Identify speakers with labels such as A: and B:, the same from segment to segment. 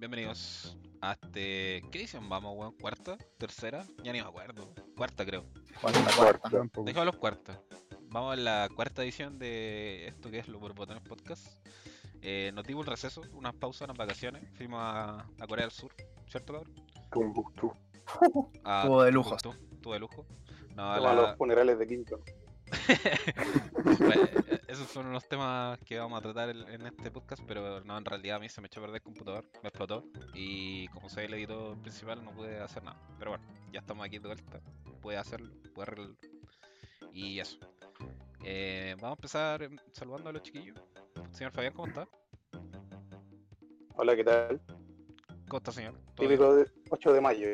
A: Champions hasta. este, ¿Qué dicen? Vamos, weón. ¿Cuarta? ¿Tercera? Ya ni me acuerdo. Cuarta, creo.
B: Cuarta,
C: Cuarta.
B: cuarta.
C: Tampoco.
A: Dejamos los cuartos. Vamos a la cuarta edición de esto que es Lo por Botones Podcast. Eh, nos dimos un receso, unas pausas, unas vacaciones. Fuimos a, a Corea del Sur, ¿cierto, cabrón?
C: Tumbuctú.
A: A
B: Estuvo de lujo.
A: Timbuktu, Estuvo de lujo. No,
C: Como
A: la-
C: a los funerales de Quinto.
A: Pues, eh, esos son los temas que vamos a tratar el- en este podcast, pero no, en realidad a mí se me echó a perder el computador, me explotó y como soy el editor principal no pude hacer nada. Pero bueno, ya estamos aquí de vuelta, pude hacerlo, pude arreglarlo y eso. Eh, vamos a empezar em, saludando a los chiquillos. Señor Fabián, ¿cómo está?
C: Hola, ¿qué tal?
A: ¿Cómo está, señor? ¿Todo bien?
C: Típico de 8 de mayo.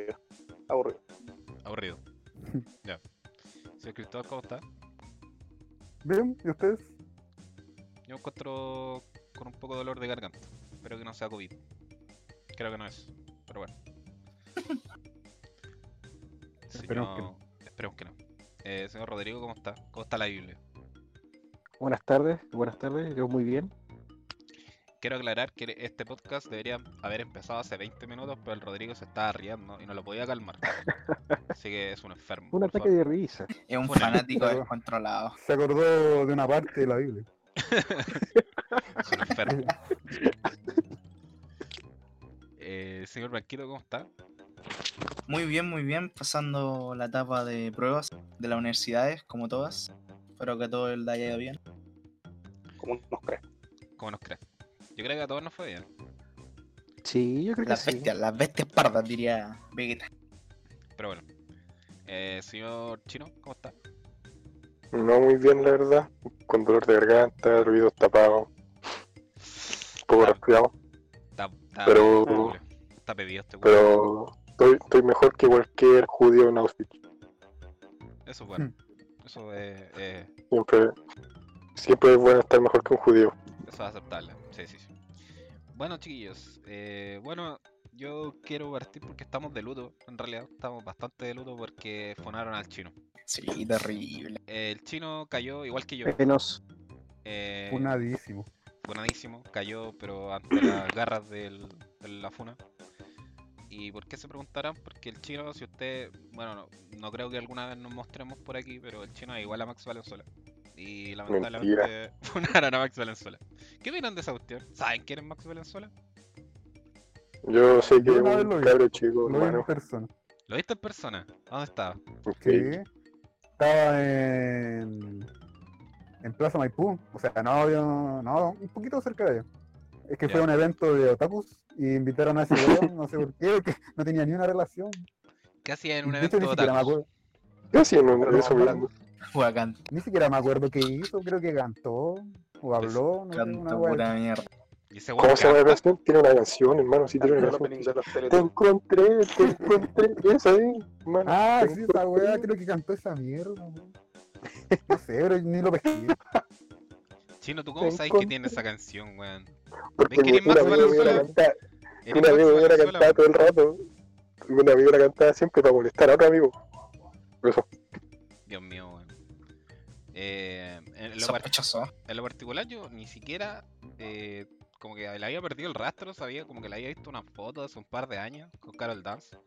C: Aburrido.
A: Aburrido. ya. Señor Cristóbal, ¿cómo está?
D: Bien, ¿y ustedes?
A: Yo me encuentro con un poco de dolor de garganta. Espero que no sea COVID. Creo que no es, pero bueno. Si
D: Esperemos que
A: no- Esperemos que no. Eh, señor Rodrigo, ¿cómo está? ¿Cómo está la Biblia?
D: Buenas tardes, buenas tardes, yo muy bien.
A: Quiero aclarar que este podcast debería haber empezado hace 20 minutos, pero el Rodrigo se estaba riendo y no lo podía calmar. Así que es un enfermo.
D: Un
A: por
D: ataque
A: favor.
D: de risa.
B: Es un
A: Fuera.
B: fanático
D: Claro.
B: descontrolado.
D: Se acordó de una parte de la Biblia.
A: Es un enfermo. Eh, señor Banquito, ¿cómo está?
B: Muy bien, muy bien. Pasando la etapa de pruebas de las universidades, como todas. Espero que todo el día haya ido bien.
C: Como unos cracks.
A: ¿Cómo nos crees? Yo creo que a todos nos fue bien.
D: Sí, yo creo que
B: Las
D: sí.
B: bestias, las bestias pardas, diría Vegeta.
A: Pero bueno. Eh, señor Chino, ¿cómo está?
C: No muy bien, la verdad. Con dolor de garganta, ruidos tapados, poco
A: Está-
C: resfriado.
A: Está, está-
C: Pero-
A: está doble. Está pedido este weón.
C: Pero estoy, estoy mejor que cualquier judío en Auschwitz.
A: Eso es bueno. Eso es, eh,
C: Siempre, siempre es bueno estar mejor que un judío.
A: eso es aceptable. Sí, sí, sí. Bueno, chiquillos. eh, bueno, yo quiero partir porque estamos de luto. En realidad, estamos bastante de luto porque fonaron al chino.
B: Sí, terrible.
A: El chino cayó igual que yo.
D: Menos
A: Eh,
D: unadísimo.
A: funadísimo, cayó, pero ante las garras del- de la funa. ¿Y por qué se preguntarán? Porque el chino, si usted, bueno, no, no creo que alguna vez nos mostremos por aquí, pero el chino es igual a Max Valenzuela. Y lamentablemente funaron a Max Valenzuela. ¿Qué opinan de esa cuestión? ¿Saben quién es Max Valenzuela?
C: Yo sé que
D: Yo
C: es
D: una vez lo
C: un
D: vi.
C: cabro chico,
D: Lo vi en
C: hermano.
D: persona.
A: ¿Lo viste en persona? ¿Dónde estaba?
C: Sí.
D: Sí. Estaba en. en Plaza Maipú. O sea, no, yo- no, un poquito cerca de ello. Es que
A: Ya.
D: fue a un evento de otakus y invitaron a ese weón, no sé por qué, que no tenía ni una relación.
A: ¿Qué hacía en un
D: De
A: evento
D: hecho, ni
A: de
D: siquiera, me
A: otakus?
D: acuerdo,
C: Yo sí, no,
D: Pero
C: eso
D: para-
C: mismo.
B: Huacán,
D: ni siquiera me acuerdo qué hizo, creo que cantó o habló, no sé, una
B: canto
D: wea
B: pura mierda.
A: Y ese
C: ¿Cómo
A: weón
C: se llama la
A: canta.
C: canción? Tiene una canción, hermano. Sí, tiene una canción. Te encontré, te encontré. Esa ahí, hermano.
D: Ah,
C: Tengo
D: sí, esa
C: por
D: weá
C: ti.
D: creo que cantó esa mierda, weón. No sé, pero ni lo pesqué.
A: Chino, ¿tú cómo
C: Te
A: sabes que tiene
C: encontré.
A: esa canción, weón?
C: Porque
A: ¿Ves que eres
C: un
A: Max
C: amigo mío la
A: Valenzuela?
C: cantaba,
A: Eres
C: un
A: Max
C: amigo mío la
A: Valenzuela,
C: cantaba todo el rato. Un amigo la cantaba siempre para molestar a otro amigo. Eso.
A: Dios mío, weón. Eh, en lo par-
B: Sospechoso.
A: en lo particular yo ni siquiera eh, como que le había perdido el rastro, sabía como que le había visto una foto hace un par de años con Carol Dance,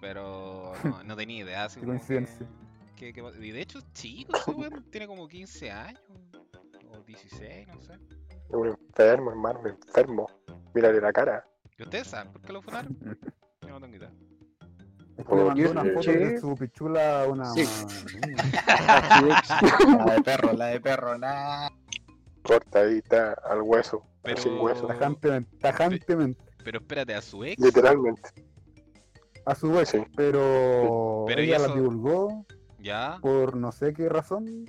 A: pero no, no tenía idea. Así
D: Qué
A: como
D: coincidencia.
A: que- que- que- y de hecho, es chico, ese weón tiene como 15 años o 16, no sé.
C: Es un enfermo, hermano, un enfermo. Mírale la cara.
A: ¿Y ustedes saben por qué lo funaron? Yo no tengo idea.
D: Es que le mandó
C: Oye.
D: una foto de su pichula a una.
B: Sí.
D: una-
B: La de perro, la de perro, nada.
C: Cortadita al hueso.
A: Pero,
C: Sin hueso.
D: Tajantemente, tajantemente,
A: pero espérate, a su ex.
C: Literalmente.
D: a su vez,
C: Sí.
D: pero,
A: Pero ¿y
D: ella
A: eso?
D: la divulgó
A: Ya,
D: por no sé qué razón.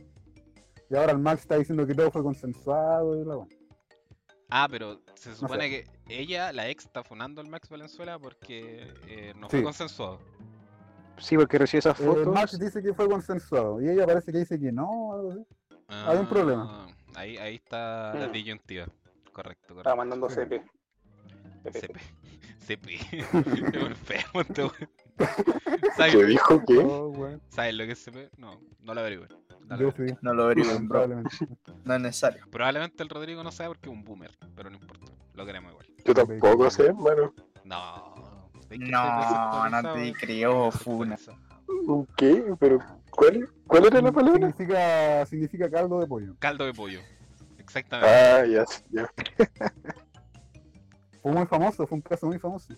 D: Y ahora el Max está diciendo que todo fue consensuado y la wea.
A: Ah, pero se supone que ella, la ex, está funando al Max Valenzuela porque eh, no fue
D: Sí.
A: consensuado.
E: Sí, porque recibe esas
D: Eh,
E: fotos.
D: Max dice que fue consensuado y ella parece que dice que no, algo así. Hay un problema.
A: Ah, Ahí, ahí está la
C: Mm.
A: disyuntiva. Correcto, correcto.
C: Estaba mandando CP.
A: CP. CP. Es un enfermo este weón.
C: ¿Qué
A: ¿Saben,
C: dijo que?
D: Oh, weón,
A: saben lo que es CP? No, no lo averigüen. No lo
D: yo
A: averigüen.
D: sí,
B: No lo averigüen, bro.
D: probablemente.
B: No es necesario.
A: Probablemente el Rodrigo no sabe porque es un boomer, pero no importa. Lo queremos igual.
C: Yo tampoco sé, hermano.
A: No. ¿sabes que
B: No,
A: estoy
B: no te
A: desactualizado? eh.
B: creo, Funa.
A: Desactualizado.
C: ¿Un ¿Qué? ¿Pero cuál, cuál era la palabra?
D: Significa, significa caldo de pollo.
A: Caldo de pollo. Exactamente.
C: Ah, ya, sí, ya.
D: Fue muy famoso, fue un caso muy famoso.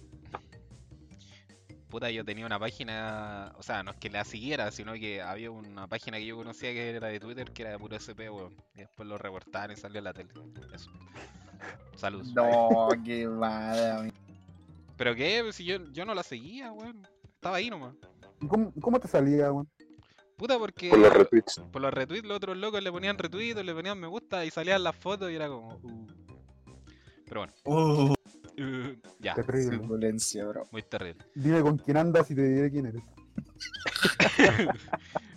A: Puta, yo tenía una página, o sea, no es que la siguiera, sino que había una página que yo conocía que era de Twitter, que era de puro SP, weón. Y después lo reportaron y salió a la tele. Eso. Saludos.
B: No, qué mala. mi-
A: Pero qué, si yo, yo no la seguía, weón. Estaba ahí nomás.
D: ¿Y ¿Cómo, cómo te salía, weón?
A: Puta, porque
C: Por los retweets.
A: por los retweets los otros locos le ponían retweets, le ponían me gusta y salían las fotos y era como... uh. Pero bueno,
B: Uh,
A: uh, ya,
D: Terrible.
B: violencia, bro.
A: muy terrible.
D: Dime con quién andas y te diré quién eres.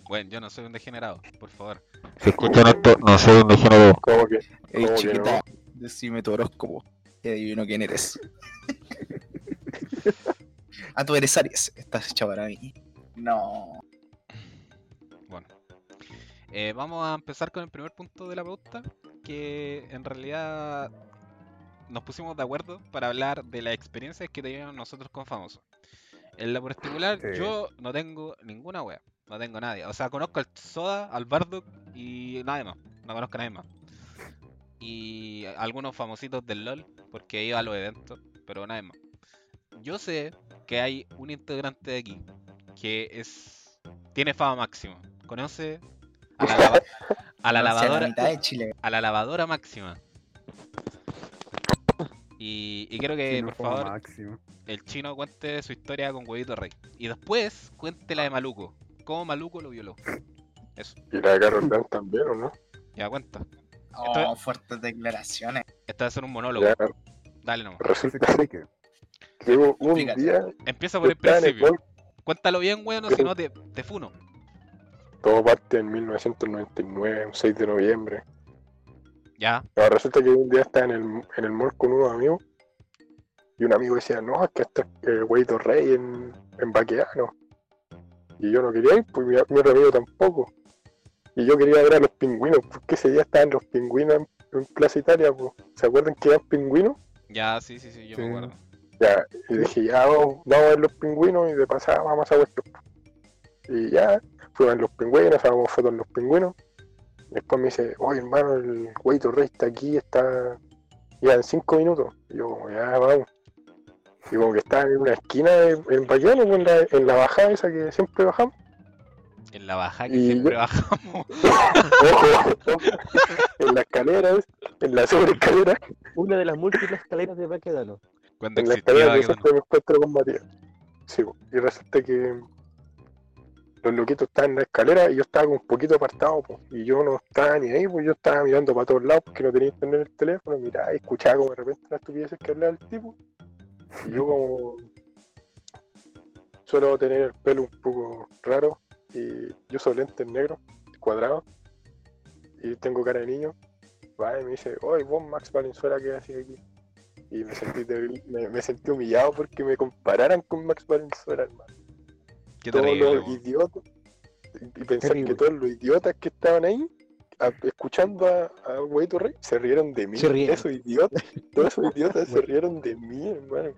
A: Bueno, yo no soy un degenerado, por favor.
F: Si escuchan esto, no soy un degenerado.
C: ¿Cómo que?
B: Ey,
C: ¿Cómo que
B: chiquita, decime tu horóscopo. Te adivino quién eres. ah, tú eres Aries. Estás hecha para mí. No.
A: Bueno. Eh, vamos a empezar con el primer punto de la pauta, que en realidad nos pusimos de acuerdo para hablar de las experiencias que teníamos nosotros con famosos. En lo particular,
D: Sí.
A: yo no tengo ninguna wea, no tengo nadie. O sea, conozco al Soda, al Bardock y nadie más, no conozco a nadie más. Y a- algunos famositos del LOL, porque he ido a los eventos, pero nadie más. Yo sé que hay un integrante de aquí que es tiene fama máxima. Conoce a la, lava- a la
B: No sé,
A: lavadora
B: mitad de Chile.
A: a la lavadora máxima. Y, y quiero que,
D: Sí, no
A: Eh, por
D: fue lo
A: favor,
D: máximo.
A: el chino cuente su historia con Huevito Rey. Y después cuente la de Maluco. Cómo Maluco lo violó.
C: ¿Y la de Carol Dance también o no?
A: Ya cuenta.
B: Oh, fuertes declaraciones.
A: Esto va a ser un monólogo.
C: Ya,
A: Dale nomás.
D: Ese
C: resulta
D: cacique.
C: que hubo un
B: Explícate.
C: día
A: Empieza
C: yo
A: por el
C: estaba en el
A: principio.
C: golf,
A: Cuéntalo bien, weón,
C: Pero-
A: si no te, te funo.
C: todo parte en 1999, un 6 de noviembre.
A: Ya,
C: Ahora resulta que un día estaba en el, en el mall con unos amigos y un amigo decía, no, es que está el güeyito rey en, en Baqueano. Y yo no quería ir, pues mi, mi otro amigo tampoco. Y yo quería ver a los pingüinos, porque ese día estaban los pingüinos en, en Plaza Italia, pues. ¿Se acuerdan que eran pingüinos?
A: ya, sí, sí, sí, yo me
D: Sí.
A: acuerdo.
C: Ya, y dije, ya vamos, vamos a ver los pingüinos y de pasada vamos a vuestro. Y ya, fuimos a ver los pingüinos, sacamos fotos en los pingüinos. Después me dice, oye hermano, el güeyito rey está aquí, está. Ya en cinco minutos. Y yo, como, ya vamos. Y como que estaba en una esquina de- en Bayano, en la, en la bajada esa que siempre bajamos.
A: En la baja que
C: Y-
A: siempre bajamos.
C: Ojo, ojo, en la escalera, en la sobreescalera,
G: Una de las múltiples escaleras de Baquedano.
A: Cuando
C: en la
A: existía
C: escalera que
A: Baquedano.
C: siempre me encuentro con Matías. Sí, po. y resulta que los loquitos estaban en la escalera y yo estaba como un poquito apartado, po. y yo no estaba ni ahí, pues yo estaba mirando para todos lados porque no tenía internet en el teléfono, miraba y escuchaba como de repente las estupideces que hablaba el tipo. Y yo como suelo tener el pelo un poco raro y yo uso lentes negros, cuadrados, y tengo cara de niño. Va y me dice, oye vos Max Valenzuela, ¿qué haces aquí? Y me sentí, debil- me, me sentí humillado porque me compararan con Max Valenzuela, hermano
A: Qué
C: todos
A: terrible,
C: los
A: weón.
C: idiotas y pensar
E: Terrible.
C: que todos los idiotas que estaban ahí a- escuchando a, a Huevito Rey se rieron de mí.
E: Se rieron.
C: Esos idiotas, todos esos idiotas se rieron de mí, hermano.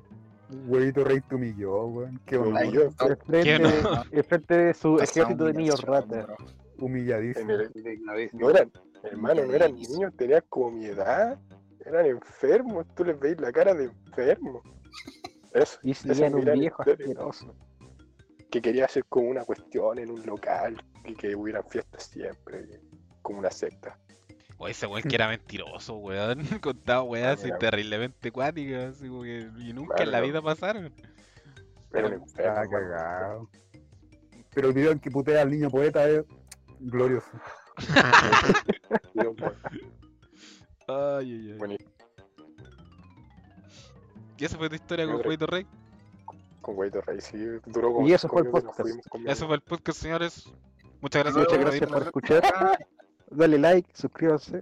D: Huevito rey te humilló, weón. Qué
C: Me
D: honor.
C: humilló
E: El frente,
A: no?
E: el frente de su
B: Pasado
E: ejército de niños
B: humillación,
E: ratas.
B: bro.
C: en
D: Humilladísimo.
C: el- no eran, hermano, no eran
B: Humilladísimo.
C: niños, tenían como mi edad, eran enfermos, tú les veis la cara de enfermo. Eso,
E: Y
C: esa es
E: serían
C: mi
E: un
C: gran
E: viejo
C: historia.
E: asqueroso.
C: que quería hacer como una cuestión en un local, y que hubieran fiestas siempre, como una secta.
A: O ese weón que era mentiroso, weón. Contaba weas así
C: Ah, Mira, weón.
A: terriblemente cuáticas. así como que- Y nunca en la
C: Claro.
A: vida pasaron.
C: Era un
A: Pero-
C: enfermo,
D: Está
C: hermano.
D: cagado. Ah, Pero el video en que putea al niño poeta es glorioso.
C: Era un buen-
A: Ay, ay, ay.
C: Bueno,
A: ¿Y esa fue tu historia con
C: Yo creo-
A: Jueguito Rey?
C: con Guaito Rey, sí, duró como
E: Y eso
C: cinco
E: fue el
C: minutos, nos
E: podcast.
C: fuimos con mi
A: Eso fue el podcast, señores. Muchas gracias
E: Muchas
A: por
E: gracias
A: oírnos.
E: por escuchar. Dale like, suscríbanse.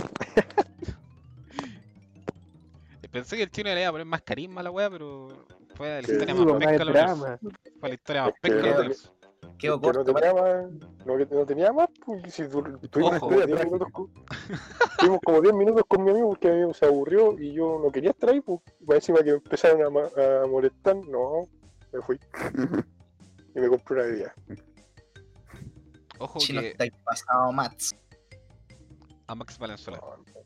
A: Pensé que el chino le iba a poner más carisma a la wea, pero fue la
C: Sí,
A: historia
C: Tenía
E: Sí,
A: más
E: más
A: pesca. del universo.
E: drama.
A: Fue la historia más
C: Es que
A: pesca. del
C: era-
A: universo.
B: Quedo
C: Que no
B: corto,
C: tenía más, no, que no tenía más, pues, si du- tuvimos,
A: Ojo.
C: como 10 minutos con, tuvimos como 10 minutos con mi amigo porque mi amigo se aburrió y yo no quería estar ahí, pues, Y más encima que me empezaron a, ma- a molestar, no, me fui. y me compré una bebida.
A: Ojo
B: chino,
A: que
B: estáis pasado, Mats.
A: a Max Valenzuela.
C: No,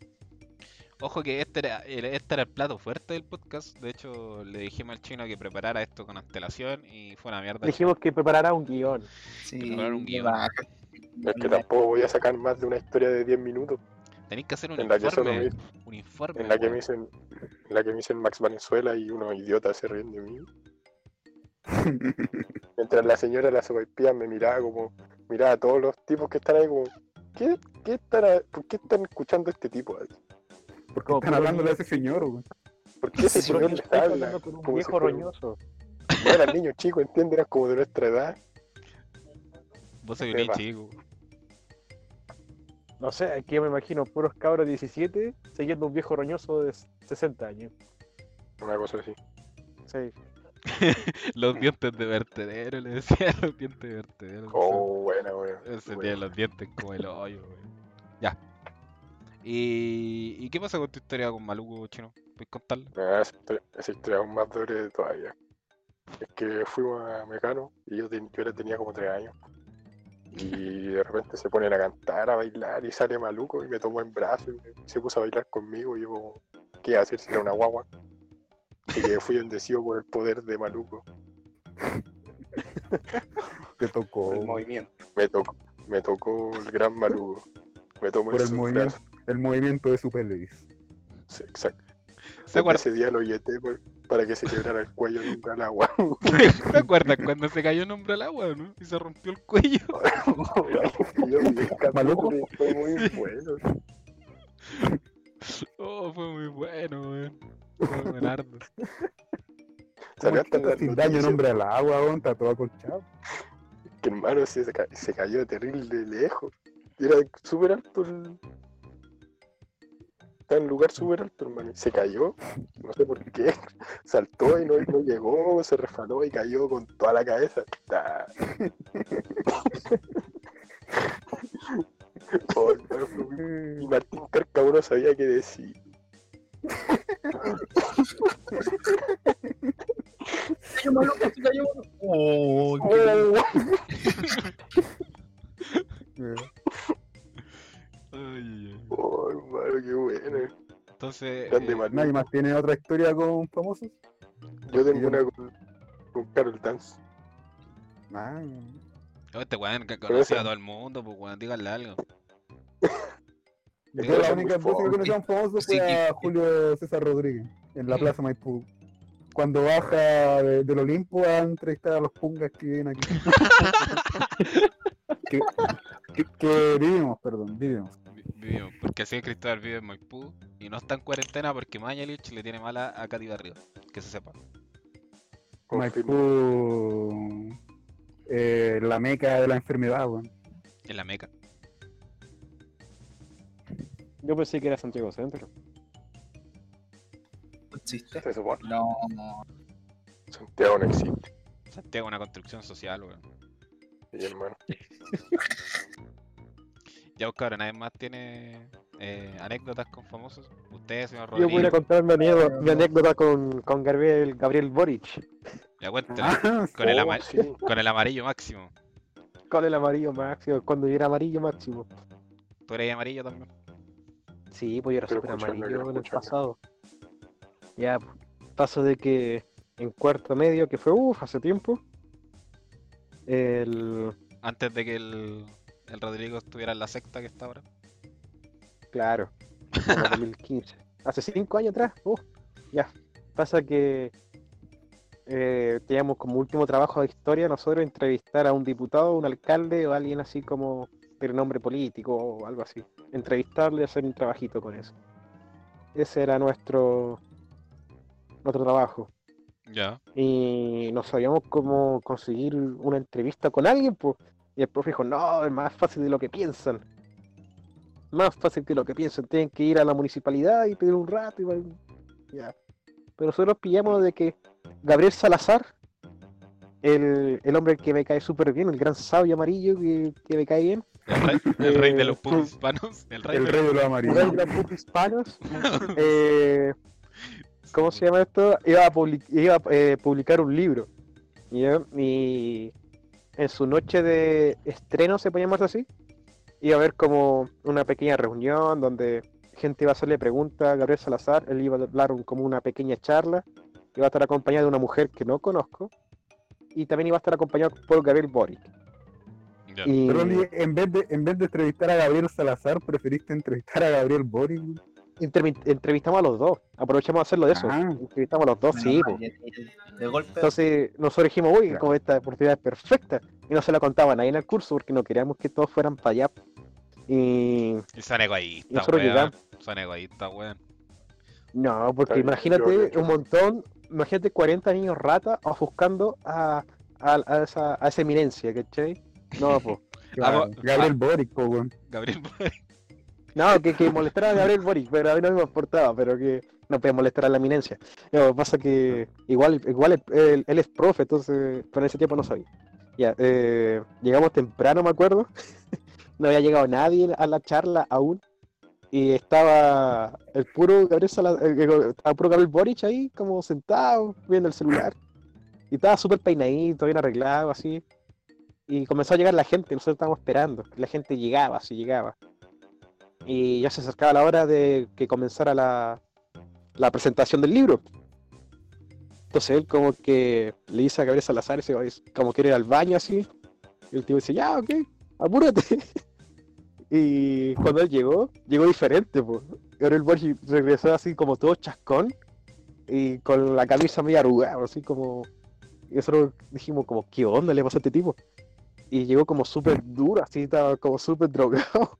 A: Ojo que este era, el- este era el plato fuerte del podcast. De hecho, le dijimos al chino que preparara esto con antelación y fue una mierda.
G: Dijimos que preparara un guión.
B: Sí,
A: preparar un
B: qué
A: guión.
B: baja.
C: es que tampoco voy a sacar más de una historia de 10 minutos
A: Tenéis que hacer un
C: en la que solo
A: informe.
C: me,
A: Un informe.
C: en la que
A: weón.
C: me dicen en la que me dicen Max Valenzuela y unos idiotas se ríen de mí. Mientras la señora de la sopaipilla me miraba como, miraba a todos los tipos que están ahí como, ¿qué, qué están, a- ¿por qué están escuchando a este tipo?
D: ¿Por qué
G: Como
D: están
G: puro
D: hablando de
G: niño.
D: ese señor, weón?
C: ¿Por qué ese
B: Sí,
C: señor
G: Estoy
C: les
G: hablando
C: habla?
G: con un
C: Como si
G: viejo
C: fuera un-
G: roñoso.
C: no eran niños chicos, ¿entiendes? Eran como de nuestra edad.
A: Vos sois
C: Ahí
A: un
C: va.
A: chico.
G: No sé, aquí me imagino puros cabros 17 siguiendo un viejo roñoso de 60 años.
C: Una cosa así.
G: Sí.
A: Los dientes de vertedero, le decía los dientes de vertedero.
C: Oh, buena, buena.
A: Ese ese tiene
C: buena.
A: los dientes como el hoyo, weón. Ya. ¿Y, ¿Y qué pasa con tu historia con Maluco, chino? ¿Puedes contarla?
C: Ah, esa historia- esa historia aún más doble todavía. Es que fuimos a Mecano y yo, ten- yo era- tenía como tres años. Y de repente se ponen a cantar, a bailar y sale maluco y me tomó en brazos y me- se puso a bailar conmigo. Y yo, como, ¿qué iba a hacer si era una guagua? Así que fui bendecido por el poder de maluco.
D: Te tocó.
B: Por el
D: weón.
B: movimiento.
C: Me tocó, me tocó el gran maluco. Me tomó
D: Por
C: en
D: el
C: sus
D: movimiento.
C: brazos.
D: El movimiento de su pelvis.
C: Sí, exacto.
A: ¿Se acuer-
C: Ese día lo yeté por- para que se quebrara el cuello de un gran agua.
A: ¿Te acuerdas cuando se cayó en hombro al agua, no? Y se rompió el cuello.
C: Y yo, "Mira,
D: ¿Maluco?
C: Fue muy bueno.
A: Oh, fue muy bueno, weón. Fue buenardo.
C: Salió
D: ¿Cómo
C: hasta en
D: estás
C: las
D: sin daño,
C: noticias,
D: nombre al agua, weón, está todo acolchado.
C: Que hermano se, ca- se cayó terrible lejos. Era súper alto el. Está en un lugar súper alto, hermano. y Se cayó, no sé por qué. Saltó y no, no llegó, se resbaló y cayó con toda la cabeza. Ta. Oh, hermano, fue muy-
D: Mm.
C: y Martín Carcabo no sabía qué decir.
B: Cayó maluco, se cayó maluco. Oh, qué
D: weón.
A: Ay, ay.
C: Oh, hermano, qué bueno. eh.
A: Entonces,
C: Grande
A: eh,
C: Maluco.
D: Nadie más tiene otra historia con famosos.
C: Yo tengo una con, con Carol Dance.
D: Ah,
A: oh, este weón que
C: Pero ese-
A: conocía a todo el mundo, pues weón, díganle algo.
D: es que la
C: Era
D: única
C: muy
D: voz que
C: fome.
D: conocían famosos
A: Sí,
D: fue a Julio César Rodríguez en la Plaza Maipú. Cuando baja de- del Olimpo a entrevistar a los pungas que viven aquí. que, que- que vivimos, perdón, vivimos.
A: Vi- Vivimos, porque así Cristóbal vive en Maipú y no está en cuarentena porque Mañalich le tiene mala a Katy Barriga, que se sepa.
C: Confirmo.
D: Maipú, eh, la meca de la enfermedad, weón.
A: En la meca.
G: Yo pensé que era Santiago Centro.
B: ¿Existe?
C: Se supone.
B: No, no.
C: Santiago no existe,
A: Santiago es una construcción social, weón.
C: mi hermano.
A: Ya, pues, cabrón, nadie más tiene eh, anécdotas con famosos. Ustedes, señor
G: Yo voy a
A: Rodríguez,
G: contar mi, anécdota- mi anécdota con, con Gabriel, Gabriel Boric,
A: ya cuéntela.
D: Ah,
A: Con el,
C: Oh,
A: ama-
C: sí.
A: con el amarillo máximo.
G: con el amarillo máximo, cuando yo era amarillo máximo.
A: Tú eres amarillo también.
G: Sí, pues yo era
C: Quiero
G: súper
C: escucharlo, quiero
G: amarillo en el
C: escucharlo.
G: pasado. Ya, pues, paso de que en cuarto medio, que fue uff, hace tiempo, el,
A: Antes de que el, el Rodrigo estuviera en la secta que está ahora.
G: Claro, como 2015. Hace cinco años atrás. uh, ya. Pasa que eh, teníamos como último trabajo de historia nosotros entrevistar a un diputado, un alcalde o alguien así como de nombre político o algo así. Entrevistarle y hacer un trabajito con eso. Ese era nuestro, nuestro trabajo.
A: Ya.
G: Y no sabíamos cómo conseguir una entrevista con alguien, pues. Y el profe dijo, no, es más fácil de lo que piensan. Más fácil de lo que piensan. Tienen que ir a la municipalidad y pedir un rato y van- ya. Pero nosotros pillamos de que Gabriel Salazar el, el hombre que me cae súper bien, el gran sabio amarillo que, que me cae bien.
A: El rey, el rey de los
G: Eh,
A: putos hispanos. El rey,
D: El
A: de-
D: rey de los amarillos.
G: Los putos hispanos. eh, ¿Cómo se llama esto? Iba a, public- iba a, eh, publicar un libro. ¿ya? Y en su noche de estreno, se podía llamar así, iba a haber como una pequeña reunión donde gente iba a hacerle preguntas a Gabriel Salazar. Él iba a hablar un- como una pequeña charla. Iba a estar acompañado de una mujer que no conozco. Y también iba a estar acompañado por Gabriel Boric.
A: Ya.
G: Y-
D: Pero Oli, en vez, de, en vez de entrevistar a Gabriel Salazar, preferiste entrevistar a Gabriel Boric. güey.
G: Intervi- entrevistamos a los dos. Aprovechamos de hacerlo de eso.
D: Ah.
G: Entrevistamos a los dos, sí. po.
B: De golpe,
G: Entonces nosotros dijimos, uy,
D: Claro.
G: como esta oportunidad es perfecta. Y no se la contaban ahí en el curso porque no queríamos que todos fueran para allá. Y
A: Y son egoístas,
G: Nosotros
A: weón.
G: llegamos.
A: Son egoístas, weón.
G: no,
C: Está
G: porque
C: bien, yo lo
G: imagínate
C: hecho.
G: un montón, imagínate 40 niños rata ofuscando a, a, a esa, a esa eminencia, ¿cachai? No, po.
A: Ah,
D: Claro,
A: bo-
D: Gabriel Boric, po, weón.
A: Gabriel Boric.
G: No, que, que molestara a Gabriel Boric, pero a mí no me importaba, pero que no puede molestar a la eminencia. Lo que pasa que igual, igual él- él, él es profe, entonces, pero en ese tiempo no sabía. Ya, eh, llegamos temprano, me acuerdo. no había llegado nadie a la charla aún. Y estaba el puro Gabriel, Sala- el- el- estaba el puro Gabriel Boric ahí, como sentado, viendo el celular. Y estaba súper peinadito, bien arreglado, así. Y comenzó a llegar la gente, nosotros estábamos esperando. La gente llegaba, así llegaba y ya se acercaba la hora de que comenzara la, la presentación del libro. Entonces él como que le dice a Gabriel Salazar, ese, "Oye, como quiere ir al baño así, y el tío dice, ya, ok, apúrate. y cuando él llegó, llegó diferente, pues. Gabriel Borges regresó así como todo chascón y con la camisa medio arrugada, así como... Y nosotros dijimos como, ¿qué onda le pasa a este tipo? Y llegó como súper duro, así estaba como súper drogado.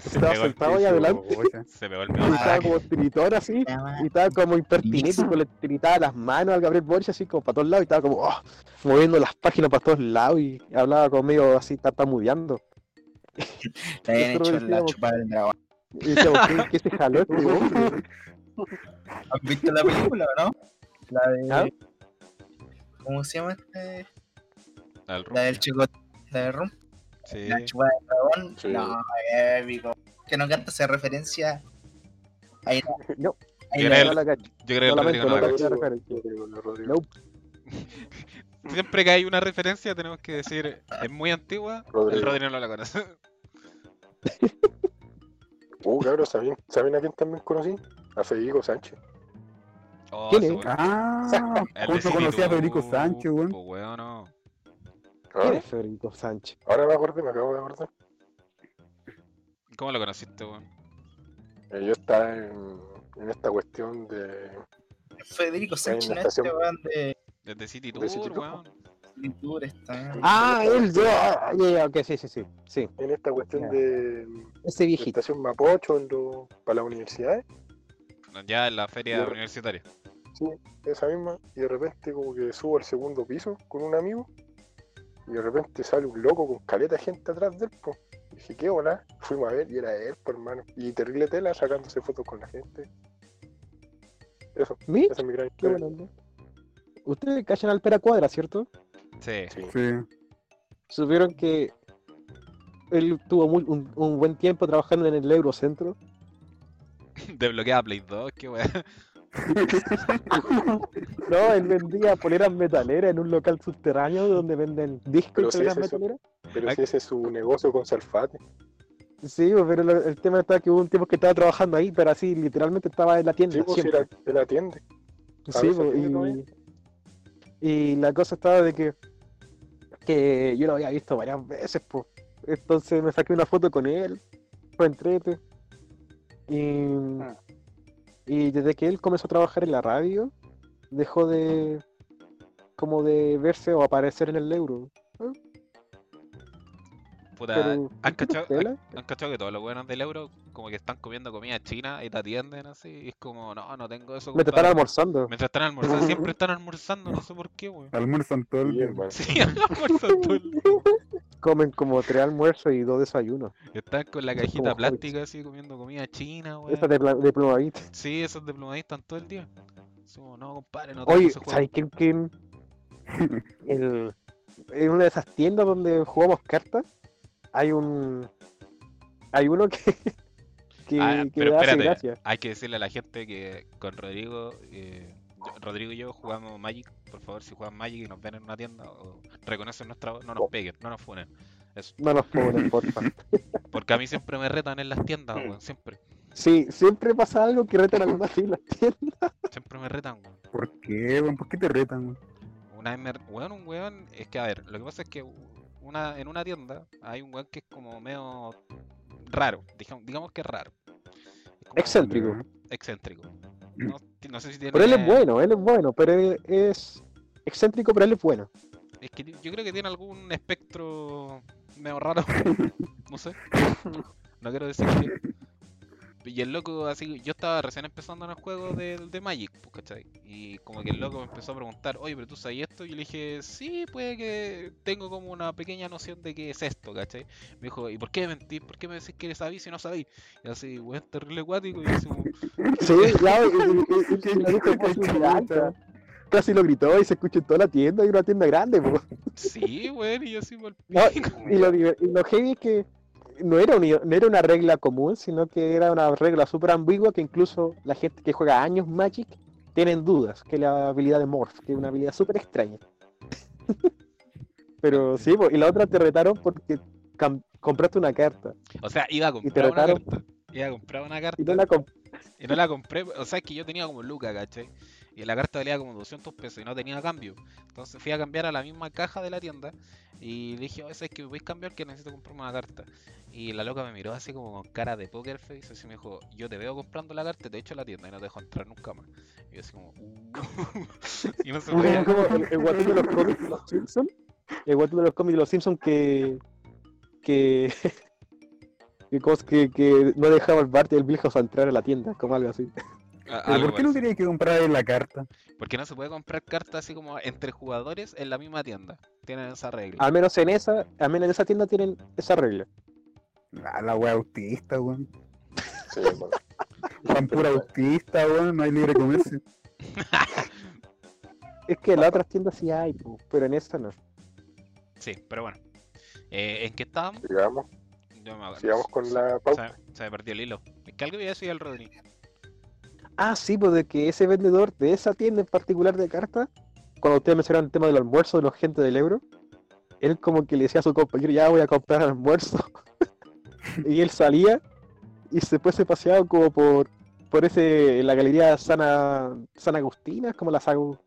A: Se
G: Estaba
A: pegó el-
G: sentado ahí adelante
D: Pucha.
A: Se pegó el
G: y
A: mío.
G: estaba como tiritón así. Y estaba como impertinente, como le tiritaba las manos al Gabriel Borges así como para todos lados. Y estaba como oh, moviendo las páginas para todos lados y hablaba como medio así tartamudeando.
B: te habían
G: nosotros
B: hecho la
G: decíamos-
B: chupada del dragón.
G: Y decíamos, ¿qué, qué se jaló este hombre?
B: ¿Has visto la película o no? La de.
G: ¿Ah?
B: ¿Cómo se llama este?
A: Al
B: La del
A: Rubio.
B: chico. La de Rum.
A: Sí.
B: La chupada del dragón.
C: Sí.
B: No, épico. Que no canta esa referencia. Ahí no.
G: No.
B: Ahí
A: Yo
B: no.
A: creo-
G: No la cacho,
A: Yo creo que el
G: Lo
A: Rodrigo
G: lamento,
A: no la
G: lo
A: cacha.
G: no.
A: Siempre que hay una referencia tenemos que decir, es muy antigua, el
C: Rodrigo.
A: Rodrigo no la conoce.
C: Uh, cabrón, ¿saben, ¿saben a quién también conocí? A Federico Sánchez.
A: Oh,
G: ¿Quién
A: ese
G: es?
A: weón.
D: Ah,
A: El de
D: justo
A: City
D: conocí a
A: Tour,
D: Federico Sánchez,
A: Pues
D: weón.
A: weón, no.
G: ¿Quién
C: Ah,
G: es Federico Sánchez?
C: ahora me acordé, me acabo de acordar.
A: ¿Cómo lo conociste, weón?
C: Eh, yo estaba en, en esta cuestión de.
B: Federico Sánchez,
C: la
B: no este
C: estación.
B: weón de
A: El de City Tour,
C: De City Tour.
A: weón.
B: pintura, está.
G: Ah, él, ya, ya, ya, ok, sí, sí, sí, sí,
C: En esta cuestión de. de
G: ese
C: la
G: viejito.
C: estación Mapocho en lo- para las universidades.
A: Ya en la feria
C: Yo-
A: universitaria.
C: Sí, esa misma. Y de repente, como que subo al segundo piso con un amigo. Y de repente sale un loco con caleta de gente atrás del po. Y dije, ¿qué hola? Fuimos a ver y era él, po, hermano. Y terrible tela sacándose fotos con la gente. Eso,
G: ¿Mi?
C: esa es mi gran
G: Qué
C: historia.
G: bueno, ¿no? Ustedes cachan al Pera Cuadra, ¿cierto?
A: Sí.
C: Sí.
D: Sí.
G: supieron que él tuvo muy- un, un buen tiempo trabajando en el Eurocentro.
A: Desbloqueaba Play 2, qué weón.
G: No, él vendía poleras metaleras en un local subterráneo donde venden discos
C: Pero
G: y
C: sí
G: poleras
C: es eso.
G: metaleras.
C: Pero
A: Ay.
C: si ese es su negocio con Salfate.
G: Sí, pues, pero lo- el tema está que hubo un tiempo que estaba trabajando ahí, pero así literalmente estaba en la tienda.
C: Sí, pues si
G: siempre.
C: la, él atiende. A
G: Sí,
C: veces
G: po,
C: tiene
G: y,
C: novia.
G: y la cosa estaba de que, que yo lo había visto varias veces, po. entonces me saqué una foto con él, fue entrete. Y, y desde que él comenzó a trabajar en la radio, dejó de como de verse o aparecer en el euro.
A: Puta,
G: Pero,
A: ¿han cachado, han-
G: ¿tela?
A: han cachado que todos los buenos del euro como que están comiendo comida china y te atienden así? Y es como, no, no tengo eso.
G: me
A: compadre".
G: trataron almorzando.
A: Mientras están almorzando, siempre están almorzando, no sé por qué, weón.
D: Almuerzan todo el
C: Sí,
D: día.
C: hermano.
A: Sí, almuerzan todo el día.
G: Comen como tres almuerzos y dos desayunos.
A: Están con la
G: Son como
A: cajita
G: hobbits.
A: plástica así comiendo comida china, weón.
G: Esa de, pla- de plumavit.
A: Sí, esos diplomadistas todo el día. Así como, no, compadre, no tengo
G: Oye,
A: ese juego".
G: ¿sabes quién? quién? El, en una de esas tiendas donde jugamos cartas, hay un. Hay uno que. que,
A: Ah,
G: que
A: pero
G: hace
A: espérate,
G: gracia.
A: hay que decirle a la gente que con Rodrigo, eh, yo- Rodrigo y yo jugamos Magic. Por favor, si juegan Magic y nos ven en una tienda o reconocen nuestra voz, no
G: Oh.
A: nos peguen, no nos funen.
G: No nos ponen, porfa.
A: Porque a mí siempre me retan en las tiendas, weón. Siempre,
G: Sí, siempre pasa algo que retan a alguna fila, ¿entiendes?
A: siempre me retan, weón.
D: ¿Por qué, weón? ¿Por qué te retan, weón?
A: Una vez me... Weón, un weón... Es que, a ver, lo que pasa es que u- una, en una tienda hay un weón que es como medio raro. Digamos, digamos que es raro. Es como
G: Excéntrico.
A: Excéntrico. No, ti- no sé si tiene...
G: Mm. Pero él es bueno, él es bueno, pero él es excéntrico, pero él es bueno.
A: Es que ti- yo creo que tiene algún espectro medio raro. no sé. No quiero decir que... Y el loco, así, yo estaba recién empezando en el juego del de Magic, pues, ¿cachai? Y como que el loco me empezó a preguntar, oye, pero tú sabes esto, y yo le dije, sí, puede que tengo como una pequeña noción de qué es esto, ¿cachai? Me dijo, ¿y por qué mentís? ¿Por qué me decís que sabís si no sabís? Y así, weón, terrible cuático, y yo así como,
G: Sí, ya, y, y- y- y lo dijo por su garganta. Casi lo gritó y se escuchó en toda la tienda, y una tienda grande, po.
A: sí, weón, y yo así, "Mal
G: No,
A: pico".
G: Y lo, diver- y lo heavy es que no era, un- no era una regla común, sino que era una regla súper ambigua que incluso la gente que juega años Magic tienen dudas, que la habilidad de Morph, que es una habilidad súper extraña. Pero sí, po, y la otra te retaron porque cam- compraste una carta
A: O sea, iba a comprar una
G: trataron-
A: carta. Iba a comprar una carta.
G: y no la comp-
A: Y no la compré, o sea, es que yo tenía como Luca, ¿cachai? Y la carta valía como 200 pesos y no tenía cambio. Entonces fui a cambiar a la misma caja de la tienda y le dije, oye, ¿sabes que me podéis cambiar que necesito comprarme una carta? Y la loca me miró así como con cara de poker face, así me dijo, yo te veo comprando la carta, te echo la tienda y no te dejo entrar nunca más. Y yo así como, "Uh". y no se
G: Como-
A: podía.
G: como el, el guatón de los cómics de los Simpsons. El guatón de los cómics de los Simpsons que. que. que, cos- que, que no dejaba el Bart y el Milhouse entrar a la tienda, como algo así.
A: a-
D: ¿Pero
A: algo
D: por qué no
A: así.
D: tenías que comprar la carta?
A: Porque no se puede comprar cartas así como entre jugadores en la misma tienda. Tienen esa regla.
G: Al menos en esa, al menos en esa tienda tienen esa regla.
D: Ah, la wea autista, weón.
C: Sí, bueno.
D: Pan pura autista, weón. No hay libre comercio.
G: Es que en las otras tiendas sí hay, po, pero en esta no.
A: Sí, pero bueno. Eh, ¿En qué estábamos?
C: Sigamos,
A: Yo me acuerdo.
C: sigamos con la pauta.
A: Se, se me perdió el hilo. Es que algo iba a decir el Rodri.
G: Ah, sí, pues de que ese vendedor de esa tienda en particular de cartas, cuando ustedes mencionaron el tema del almuerzo de los gente del euro, él como que le decía a su compañero, ya voy a comprar almuerzo. y él salía y después se paseaba como por, por ese, la galería San, A- San Agustín, es como la San Agu-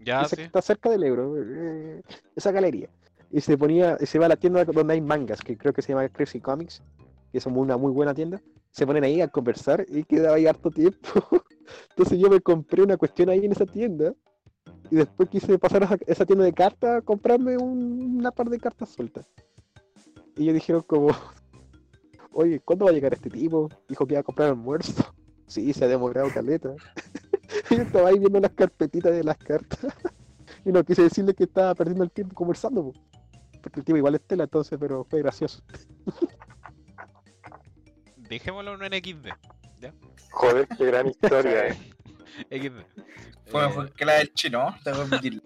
A: Ya,
G: esa
A: sí.
G: que está cerca del euro, eh, esa galería. Y se ponía, y se va a la tienda donde hay mangas, que creo que se llama Crazy Comics, que es una muy buena tienda. Se ponen ahí a conversar y quedaba ahí harto tiempo. Entonces yo me compré una cuestión ahí en esa tienda. Y después quise pasar a esa- esa tienda de cartas a comprarme un- una par de cartas sueltas. Y ellos dijeron como, oye, ¿cuándo va a llegar este tipo? Dijo que iba a comprar almuerzo. Sí, se ha demorado caleta. y yo estaba ahí viendo las carpetitas de las cartas. Y no quise decirle que estaba perdiendo el tiempo conversando, po. porque el tipo igual es tela entonces, pero fue gracioso.
A: Dejémoslo en un XD.
C: Joder, qué gran historia, eh.
A: XD.
B: Fue
A: Eh,
B: mejor que la del chino, ¿no? Tengo que admitirlo.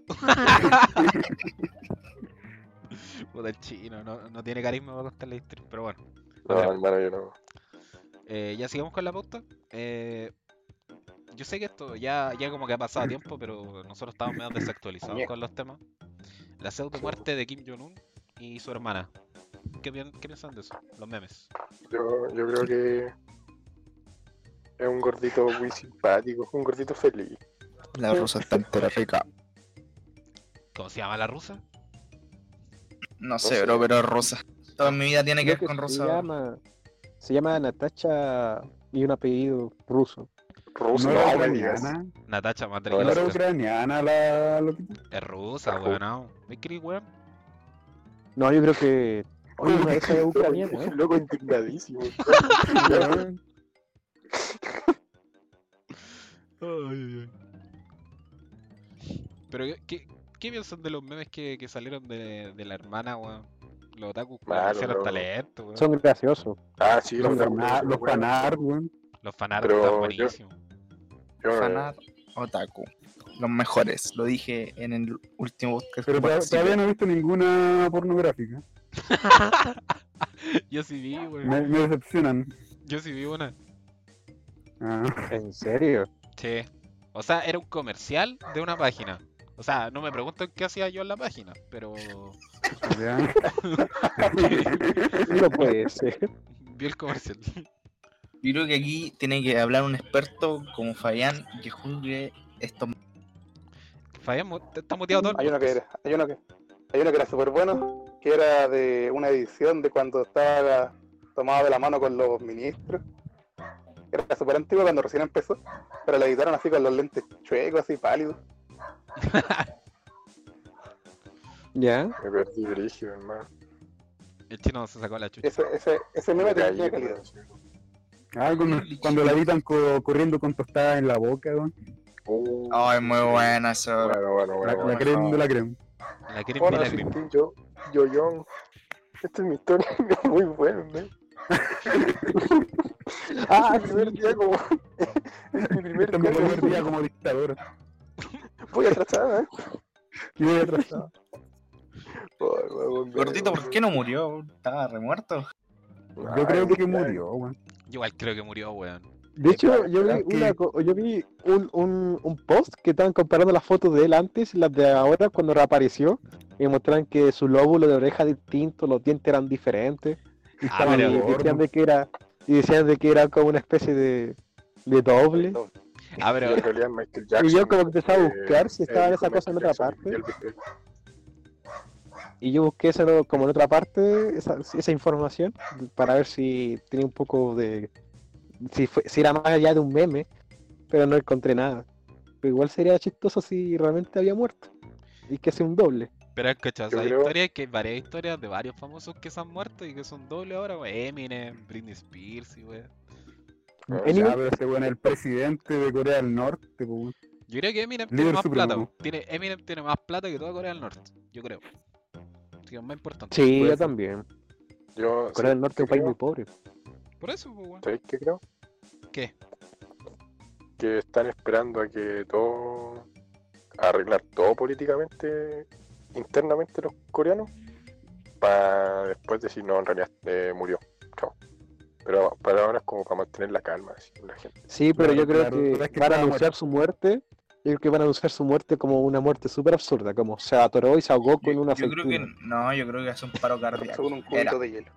A: puta, el chino, no, no tiene carisma para contar la historia. Pero bueno.
C: No, hermano, yo no.
A: Eh, ya sigamos con la pauta. Eh, yo sé que esto ya, ya como que ha pasado tiempo, pero nosotros estamos medio desactualizados con los temas. La pseudo muerte de Kim Jong-un y su hermana. ¿Qué, pi- ¿Qué piensan de eso? Los memes.
C: Yo, yo creo que es un gordito muy simpático, es un gordito feliz.
B: La rosa está entera rica.
A: ¿Cómo se llama la rusa?
B: No sé, bro, pero es rosa. Toda mi vida tiene que ver
G: Creo
B: con
G: que
B: rosa.
G: se llama, se llama Natacha y un apellido ruso.
C: Ruso,
D: no era
C: no, me digas.
D: ucraniana.
A: Natacha Madre.
D: No era ucraniana la loquita.
A: Es rusa,
C: Ojo.
A: weón. ¿Me crees, weón?
G: No, yo creo que. Oye, una de esas es
C: Loco-
G: ucraniana, ¿eh?
C: Loco indignadísimo.
D: weón.
A: Pero, ¿qué, qué, qué piensan de los memes que, que salieron de, de la hermana, weón? Los otaku que
C: Malo,
A: hicieron
C: loco.
A: talento, weón.
G: Son graciosos.
C: Ah, sí,
D: Los
C: otaku,
D: fanar, los
C: bueno,
D: fanar, weón.
A: Los fanarts
C: Pero
A: están
C: yo-
A: buenísimos.
C: yo eh, no-
B: Fanar. otaku. Los mejores, lo dije en el último podcast.
D: Pero
B: que
D: to-
B: participé.
D: todavía no he visto ninguna pornográfica.
A: Yo sí vi, weón.
D: Me, me decepcionan.
A: Yo sí vi una.
D: Ah,
G: ¿En serio?
A: Sí. O sea, era un comercial de una página. O sea, no me pregunten qué hacía yo en la página, pero
D: ya.
G: No puede ser.
A: vi el comercial.
B: Yo creo que aquí tiene que hablar un experto como Fabián que juzgue esto.
A: Fabián, mu- te- está muteado todo. el
H: Hay uno que
A: podcast.
H: era, hay uno que, hay uno que era súper bueno, que era de una edición de cuando estaba tomado de la mano con los ministros. Era súper antiguo cuando recién empezó, pero la editaron así con los lentes chuecos, así pálidos.
G: ¿Ya?
C: Me perdí brígido, hermano.
A: El chino se sacó la
C: Eh,
A: chucha.
H: Ese, ese, ese meme
C: Me caí,
H: tenía calidad.
C: weón, sí.
D: Ah, cuando, cuando la evitan co- corriendo con tostada en la boca, weón.
C: Oh,
B: Ay, muy
C: sí.
B: bueno eso.
C: Bueno, bueno,
D: La,
C: bueno.
D: la creme de la creme.
A: La crema
C: Ahora
A: la
C: sí,
A: crema.
C: yo, yo, yo. Esta es mi historia, muy buena, ¿no?
G: Ah,
C: Mi primer día como. es mi primer
D: Este es mi
C: día
D: primer
C: como-
D: día como dictador.
C: Voy atrasada, ¿eh?
D: Y voy atrasado.
C: Ay, weón,
B: Gordito,
C: weón.
B: ¿por qué no murió? Estaba remuerto.
D: Yo creo que murió, weón.
A: Yo igual creo que murió, weón.
G: De hecho, yo vi,
D: Es Eh, que-
G: una co- yo vi un, un, un post que estaban comparando las fotos de él antes y las de ahora cuando reapareció. Y mostraban que su lóbulo de oreja distinto, los dientes eran diferentes.
D: Y
A: Ah,
D: estaba
A: pero-
G: y,
D: gordo.
G: decían de que era, y decían de que era como una especie de, de doble.
A: Ah,
C: Y
A: pero
C: en realidad Michael Jackson,
G: Y yo como que empecé a
C: eh,
G: buscar si estaba
C: él
G: esa
C: dijo
G: cosa en
C: Michael
G: otra
C: Jackson,
G: parte.
C: y él dijo,
G: Y yo busqué eso lo- como en otra parte, esa, esa información, para ver si tenía un poco de. Si, fue- si era más allá de un meme, pero no encontré nada. Pero igual sería chistoso si realmente había muerto. Y que sea un doble.
A: Pero escucha,
C: Yo
A: hay
C: creo-
A: historias que hay varias historias de varios famosos que se han muerto y que son doble ahora, weón. Eminem, Britney Spears y weón.
G: Anyway.
D: Ya, pero ese weón es el presidente de Corea del Norte, po, weón.
A: Yo creo que Eminem tiene
D: Líder
A: más plata,
D: supremo.
A: weón. tiene, Eminem tiene más plata que toda Corea del Norte, yo creo. Así que es más importante.
G: Sí,
D: Puede
G: yo
D: ser.
G: también.
C: Yo,
G: Pues, Corea del Norte es un país muy
C: creo?
G: pobre.
A: Por eso, pues, weón.
C: ¿Sabéis qué creo?
A: ¿Qué?
C: Que están esperando a que todo. a arreglar todo políticamente, internamente los coreanos, para después decir, no, en realidad eh, murió. Chao. Pero para ahora es como para mantener la calma, así, la gente.
G: Sí, pero
D: Claro,
G: yo creo
D: claro,
G: que,
D: pero es que
G: van a
D: estaba
G: anunciar su muerte. Yo creo que van a anunciar su muerte como una muerte súper absurda, como se atoró y se ahogó con una
B: Yo creo que
G: aceituna.
B: no, yo creo que hace un paro cardíaco.
H: Según un
B: Era.
H: cubito de hielo.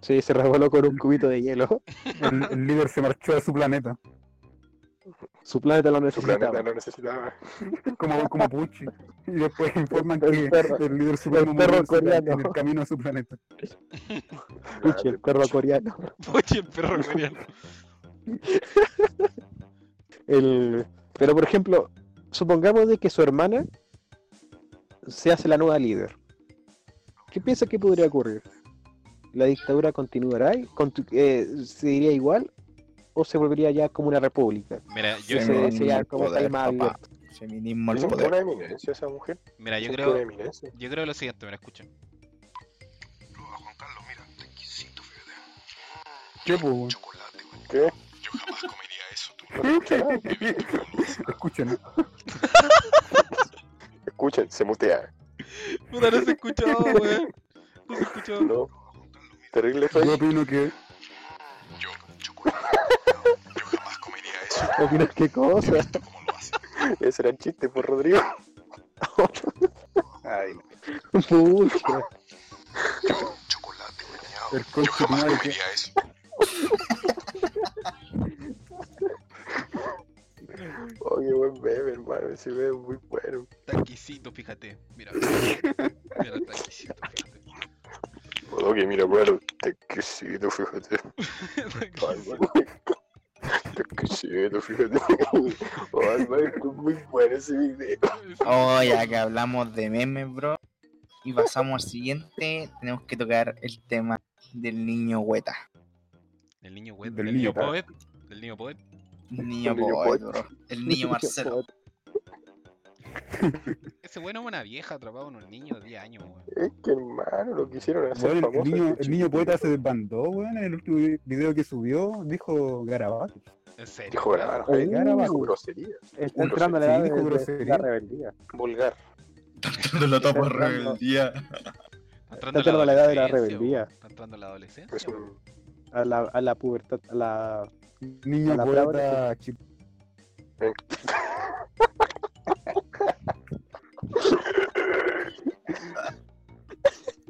G: Sí, se resbaló con un cubito de hielo.
D: El, el líder se marchó de su planeta.
G: Su planeta lo
C: Su
G: necesitaba.
C: planeta no necesitaba.
D: Como, como Pucci. Y después informan
G: El
D: que
G: perro-
D: el líder supremo
G: el perro
D: murió en su pla-
G: coreano.
D: en el camino a su planeta.
G: Puchi, el perro coreano.
A: Puchi, el perro coreano.
G: El... Pero por ejemplo, supongamos de que su hermana se hace la nueva líder. ¿Qué piensa que podría ocurrir? ¿La dictadura continuará? y contu- eh, ¿Seguiría igual? ¿O se volvería ya como una república?
A: Mira, yo,
G: Yo
B: Sí,
G: sé,
B: no,
G: sí,
B: no,
G: ya,
B: el
G: como está
B: poder,
G: el mal
B: papá.
G: abierto.
B: Feminismo al
C: Es
B: poder.
C: una eminencia esa mujer.
A: mira, yo
C: es
A: creo,
C: una eminencia.
A: yo creo lo siguiente, mira, escucha.
D: ¿Qué, po, weón?
C: ¿Qué?
D: Escuchen. ¿eh?
C: Escuchen, se mutea.
A: Puta, no se escuchó, weón. No se escuchó.
C: No. Terrible
D: Yo
C: fake.
D: opino que
G: ¿Opinas qué cosa?
C: Ese era el chiste por Rodrigo.
H: Ay, no.
G: Pucha.
D: el coche de madre que
C: Oh, qué buen bebé, hermano. Ese bebé es muy bueno.
A: Taquisito, fíjate. Mira. Mira, el taquisito, fíjate.
C: Todo que mira, bueno, te quesito, fíjate. Ay,
A: Taquisito.
C: bueno. Te quesito, fíjate. Oh, hermano, es muy bueno ese video.
B: Oh, ya que hablamos de memes, bro. Y pasamos al siguiente. Tenemos que tocar el tema del niño hueta.
A: Del niño web,
D: Del
A: del niño
D: niño poet.
A: poet, del niño poet.
B: El niño
C: El niño
B: boy,
C: poeta.
B: bro. El niño Marcelo.
A: Ese bueno es una vieja atrapada en un niño de 10 años, weón.
C: Es que, hermano, lo quisieron hacer
D: Weón,
C: famoso.
D: el, niño,
C: este
D: el niño
C: chico.
D: poeta se desbandó, weón, en el último video que subió, dijo garabatos.
A: En serio.
C: Dijo grabar.
G: Oye,
C: Jaime,
G: cara,
C: dijo
G: bajo.
C: grosería.
G: Está entrando a la edad
D: Sí,
G: de-
D: dijo
G: de,
D: grosería.
G: la rebeldía.
H: Vulgar.
B: Tanto la tapa
G: Está entrando.
B: rebeldía.
A: Está
G: entrando a la edad de la
A: adolescencia,
G: rebeldía.
A: weón. Está entrando la adolescencia.
C: Es un
G: A la, a la pubertad, a la...
D: Niño
G: La
D: poeta
G: palabra-
D: chip.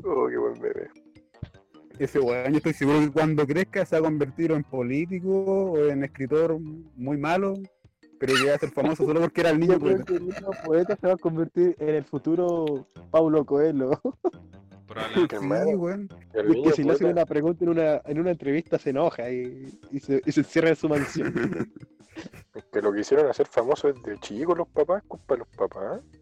C: Oh, qué buen bebé.
D: Ese weón, yo estoy seguro que cuando crezca se va a convertir en político o en escritor muy malo, pero que va a ser famoso solo porque era el niño pues.
G: Yo creo
D: poeta.
G: que el niño poeta se va a convertir en el futuro Paulo Coelho.
A: Probablemente.
C: Qué
D: Sí,
C: malo.
D: weón.
C: El
G: Es que
C: niño
G: si le hacen
C: poeta,
G: una pregunta en una, en una entrevista se enoja y, y se, y se encierra en su mansión.
C: que lo quisieron hacer famoso desde chico los papás, culpa de los papás. ¿eh?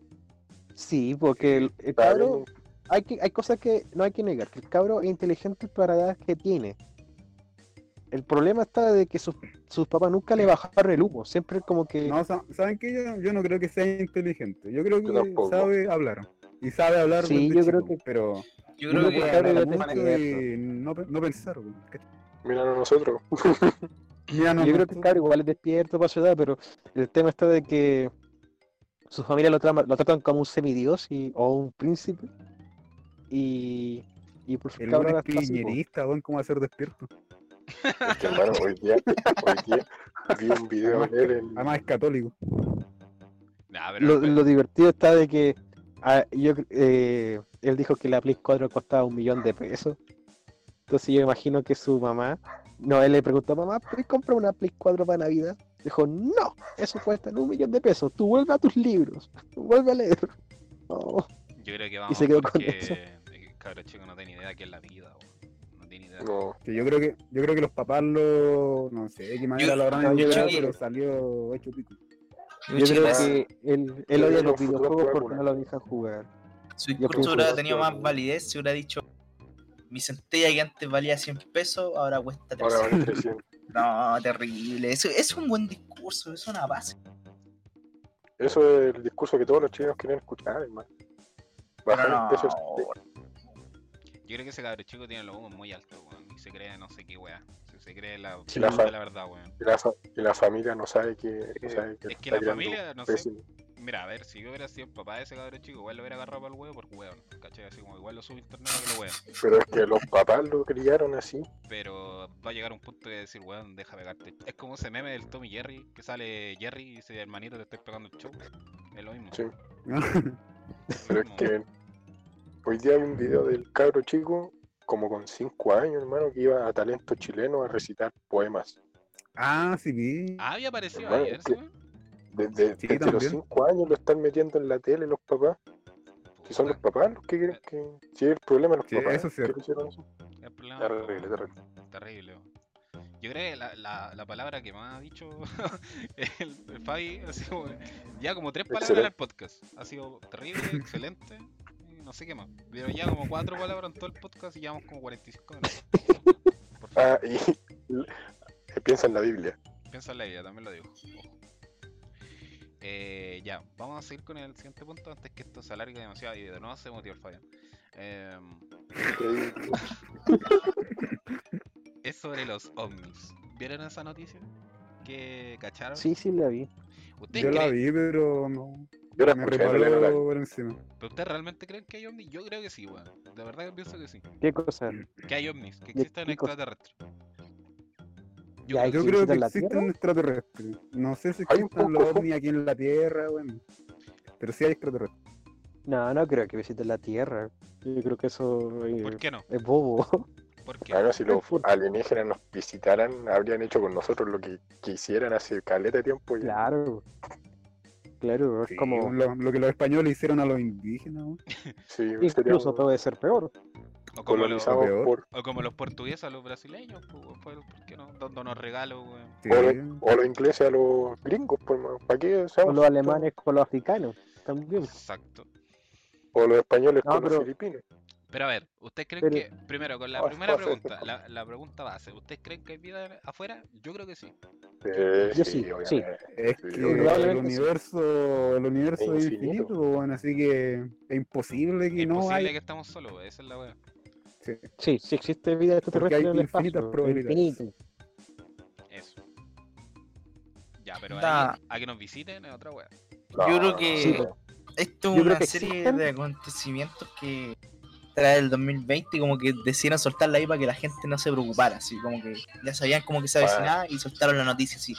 G: Sí, porque el, el
C: Está
G: cabro
C: bien.
G: hay, que, hay cosas que no hay que negar, que el cabro es inteligente para la edad que tiene. El problema está de que sus, sus papás nunca le bajaron el humo, siempre como que...
D: No, sa- ¿saben qué? Yo, yo no creo que sea inteligente. Yo creo que
C: Yo tampoco.
D: sabe hablar. Y sabe hablar.
G: Sí,
D: desde
G: yo creo
D: chico,
G: que-
D: Pero
B: Yo
D: uno
B: creo
D: puede
B: que.
G: Claro,
D: hablar
G: de
D: mucho
G: manera.
D: y no, pe- no pensar. weón.
C: Miran a nosotros.
D: Mira, no,
G: Yo
D: no,
G: creo que el cabro igual es despierto para su edad, pero el tema está de que su familia lo, trama- lo tratan como un semidios y, o un príncipe. Y, y por su
D: El hombre
G: cabro
D: es piñerista, weón, ¿cómo va a ser despierto?
C: Es que, hermano, hoy día, hoy día vi un video de él en.
D: Además es católico.
A: Nah, Ah, pero,
G: lo,
A: pero-
G: lo divertido está de que ah, yo, cre- eh, él dijo que la Play 4 costaba un millón de pesos. Entonces yo imagino que su mamá, no, él le preguntó, mamá, ¿puedes comprar una Play 4 para Navidad? Dijo, no, eso cuesta un millón de pesos. Tú vuelve a tus libros, vuelve a leer. No.
A: Yo creo que vamos
G: se quedó con
A: porque
G: eso.
A: el cabro chico no tiene idea qué es la vida, weón. No tiene idea.
C: No,
D: Que yo creo que yo creo que los papás lo no sé de qué manera
B: Yo-
D: lo habrán
B: yo
D: ayudado,
B: creo que-
D: pero salió hecho pico.
G: Yo creo
C: chicas.
G: que él, él
C: Yo
G: odia
C: creo que
G: los
C: un futuro
G: videojuegos
C: juega
G: porque
C: con
G: no lo dejan jugar.
B: su
G: Yo
B: discurso
G: creo que-
B: hubiera tenido más validez si hubiera dicho mi centella que antes valía 100 pesos, ahora cuesta
C: ahora
B: 300.
C: van 300.
B: No, terrible. Eso es un buen discurso, es una base.
C: Eso es el discurso que todos los chinos quieren escuchar, hermano. Bajar
B: Pero
C: el precio
B: no.
C: de-
A: Yo creo que ese cabro chico tiene los humos muy altos, weón. Y se cree no sé qué weá. Se, se cree la,
C: Sí, la
A: la
C: fa-
A: verdad, weón.
C: y la, fa- y la familia no sabe que. No sabe que
A: Es que
C: está
A: la
C: creando
A: familia, no
C: un
A: sé.
C: pésimo.
A: Mira, a ver, si yo hubiera sido el papá de ese cabro chico, igual lo hubiera agarrado para el huevo por weón. ¿Cachai? Así como igual lo subo a internet para que lo weón.
C: Pero es que los papás lo criaron así.
A: Pero va a llegar un punto de decir, weón, deja pegarte. Es como ese meme del Tommy Jerry, que sale Jerry y dice, hermanito, te estoy pegando el show. Es lo mismo.
C: Sí.
D: ¿no?
A: es lo
C: Pero es
A: mismo,
C: que hoy día hay un video del cabro chico, como con 5 años, hermano, que iba a talento chileno a recitar poemas.
D: ah, sí vi.
A: Ah, había aparecido
C: Hermano,
A: ayer,
C: es
A: ¿sí?
C: que-
A: weón?
C: Desde,
D: Sí,
C: desde los
D: también.
C: 5 años lo están metiendo en la tele los papás. Si son los
A: Puta,
C: papás los que quieren que. Si es el problema de los
D: Sí,
C: papás.
D: eso es
C: que
D: cierto.
C: hicieron eso.
A: el problema,
C: Terrible,
A: weón.
C: terrible.
A: Terrible. weón. Yo creo que la, la, la palabra que más ha dicho el, el Fabi ha sido ya como tres palabras en el
C: Excelente.
A: podcast. Ha sido terrible, excelente, y no sé qué más. Pero ya como cuatro palabras en todo el podcast y llevamos como 45 minutos. Por favor,
C: Ah, y y piensa en la Biblia.
A: piensa en la vida, también lo digo. Ojo. Eh, ya, vamos a seguir con el siguiente punto antes que esto se alargue demasiado y de nuevo se motiva el Fabián. Em,
C: Increíble.
A: es sobre los ovnis. ¿Vieron esa noticia? ¿Qué cacharon?
G: Sí, sí, la vi.
A: ¿Ustedes
D: Yo la
A: creen-
D: vi, pero no.
C: Yo la
D: Me
C: escuché, no, no la vi.
D: reparó por encima.
A: ¿Pero ustedes realmente creen que hay ovnis? Yo creo que sí, weón. De verdad que pienso que sí.
G: ¿Qué cosa?
C: Mm.
A: Que hay ovnis, que
G: ¿Y
A: existen
G: qué cosa?
A: extraterrestres.
G: Ya,
A: creo
G: ¿y
D: Yo
G: si
D: creo que
G: visitan la
D: existen
G: Tierra?
D: extraterrestres. No sé si
C: Hay un
D: existen
C: poco,
D: los ovnis aquí en la Tierra, bueno. Pero sí hay extraterrestres.
G: No, no creo que visiten la Tierra. Yo creo que eso eh,
A: ¿Por qué no?
G: es bobo.
A: ¿Por qué?
C: Claro, si los alienígenas nos visitaran, habrían hecho con nosotros lo que quisieran hace caleta de tiempo. ya.
G: Claro. Claro, es
D: Sí,
G: como...
D: lo, lo que los españoles hicieron a los indígenas, weón.
C: Sí,
G: Incluso
C: seríamos
G: puede ser peor.
A: O como, los,
C: colonizados
D: peor.
C: por
A: o como los portugueses a los brasileños, pues, weón, pues, ¿por qué no? Dándonos regalos, weón.
D: Sí.
C: Pobre- o los ingleses a los gringos, ¿para qué?
G: O
C: seamos
G: los alemanes con los africanos también.
A: Exacto.
C: O los españoles
G: No,
C: con
G: pero-
C: los filipinos.
A: Pero a ver, ¿ustedes creen
G: Pero-
A: que. Primero, con la
C: Ah,
A: primera
C: fácil.
A: pregunta, la, la pregunta base, ¿ustedes creen que hay vida afuera? Yo creo que sí.
C: Eh,
G: Yo sí, sí.
D: Es
C: Sí,
D: que
C: probablemente
D: el
G: sí.
D: universo, el universo
C: Es
D: es
C: infinito.
D: infinito, weón, así que es imposible que
A: Es
D: no
A: posible
D: haya
A: que estamos solos, weón, esa es la weá.
D: Sí.
G: Sí, sí existe vida
D: Porque
G: extraterrestre
D: hay
G: en el
D: infinitas
G: espacio.
D: probabilidades.
G: Infinito.
A: Eso. Pero
B: Da.
A: ahí- a que nos visiten es otra wea.
B: Yo creo que
G: Sí, po.
B: esto es
G: Yo creo
B: una
G: que
B: serie
G: existen.
B: de acontecimientos que trae el 2020 y como que decidieron soltarla ahí para que la gente no se preocupara, así como que ya sabían como que se
C: Bueno.
B: avecinaba y soltaron la noticia así.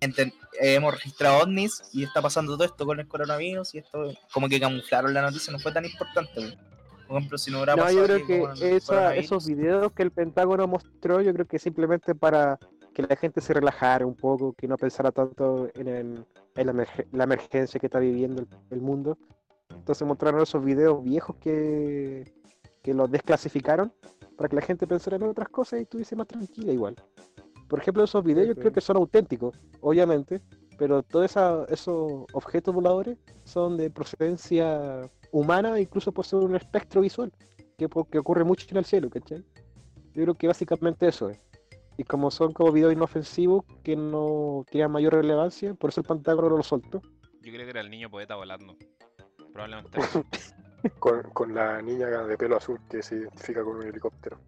B: Mienten, eh, hemos registrado ovnis y está pasando todo esto con el coronavirus y esto como que camuflaron la noticia, no fue tan importante. güey. Por ejemplo, si no hubiera
G: No,
B: pasado
G: yo
B: que
G: creo que
B: con el
G: esa-
B: coronavirus-
G: esos videos que el Pentágono mostró, yo creo que simplemente para que la gente se relajara un poco, que no pensara tanto en, el- en la, emerge- la emergencia que está viviendo el, el mundo. Entonces mostraron esos videos viejos que, que los desclasificaron para que la gente pensara en otras cosas y estuviese más tranquila igual. Por ejemplo, esos videos yo
D: sí.
G: creo que son auténticos, obviamente, pero todos esa- esos objetos voladores son de procedencia humana, incluso poseen un espectro visual que, po- que ocurre mucho en el cielo, ¿cachai? Yo creo que básicamente eso es. Y como son como videos inofensivos que no tienen mayor relevancia, por eso el Pentágono lo soltó.
A: Yo creo que era el niño poeta volando. Probablemente.
C: Con, con la niña de pelo azul que se identifica con un helicóptero.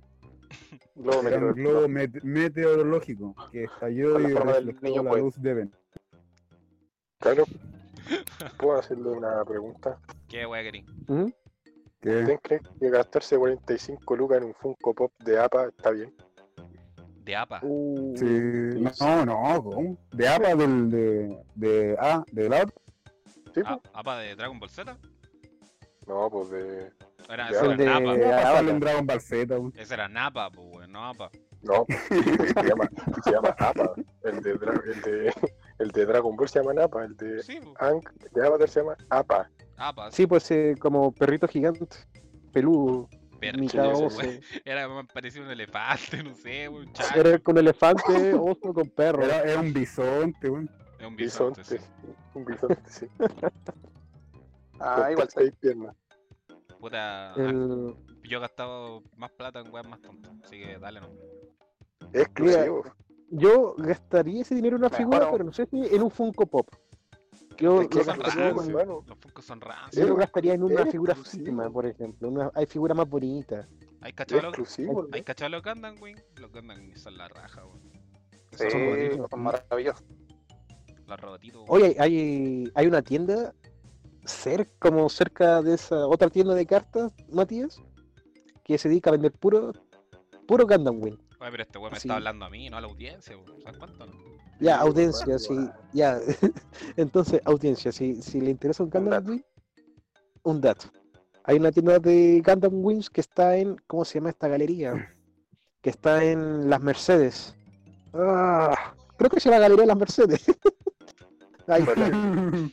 H: Globo
D: Era un
H: meteorológico.
D: globo met- meteorológico que estalló
H: Con la
D: y
H: forma del niño
D: reflejó la
H: poeta.
D: luz de Ben.
C: Claro. ¿Puedo hacerle una pregunta?
A: ¿Qué wea querí?
G: Ujú.
D: Que
C: ¿Ustedes creen que gastarse 45 lucas en un Funko Pop de APA está bien?
A: De APA.
G: Uh.
D: sí. No, no, ¿cómo? De APA del de, de ah, de la otra.
C: ¿Sí?
A: Ah,
C: pues?
A: ¿APA de Dragon Ball Z?
C: No, pues de.
A: Era,
C: Ya.
A: ese era
G: El de-
A: Napa.
G: Eh,
D: Ah,
G: Avatar.
D: sale en Dragon Ball Z, weón.
A: Ese era Napa, pues, weón, no APA.
C: No, pues, se llama, se llama APA. El de, Dra- el, de, el de Dragon Ball se llama Napa. El de
A: Sí, pues,
C: Ang de Avatar se llama APA.
A: APA.
G: Eh, Sí, pues eh, como perrito gigante, peludo,
A: Verga,
G: mitad
C: ese
A: ese
G: oso.
A: weón. Era más parecido a un elefante, no sé, weón, un chaco.
G: Era con elefante, oso con perro.
D: Era, era un bisonte, weón.
A: Es un bisonte.
C: Bisonte.
A: sí.
C: Un bisonte, sí.
H: Ah, igual
C: Con seis piernas.
A: Puta,
G: El-
A: yo he gastado más plata en weas más tontas. Así que dale, no.
C: Es exclusivo.
G: Yo gastaría ese dinero en una
H: Mejor
G: figura,
H: aún.
G: pero no sé si en un Funko Pop. Yo
C: Es que
G: lo
C: es
G: gastaría,
C: exclusivo,
G: con-
C: hermano.
A: Los Funkos son
G: yo
A: rancios.
G: lo gastaría en una
C: Es
G: figura
C: exclusivo.
G: física, por ejemplo. una- hay figuras más bonitas.
A: ¿Hay
C: Es
A: cachado los,
C: exclusivo.
A: ¿hay cachado los Gundam, weón? Los Gundam Wing son la raja, weón.
H: Sí,
A: Son bonitos,
H: son maravillosos.
A: los robotitos, weón.
G: Oye, hay, hay una tienda cer- como cerca de esa otra tienda de cartas, Matías, que se dedica a vender puro, puro Gundam Wing.
A: Oye, pero este weón me
G: Así.
A: está hablando a mí, no a la audiencia, weón. ¿Sabes cuánto? no?
G: Ya,
C: Sí,
G: audiencia,
C: bueno,
G: sí,
C: bueno.
G: ya. Entonces, audiencia, si, si le interesa un Gundam
C: dato.
G: Wing, un dato. Hay una tienda de Gundam Wings que está en, ¿cómo se llama esta galería? Que está en Las Mercedes. Ah, creo que se llama Galería Las Mercedes. Ahí.
H: Mm.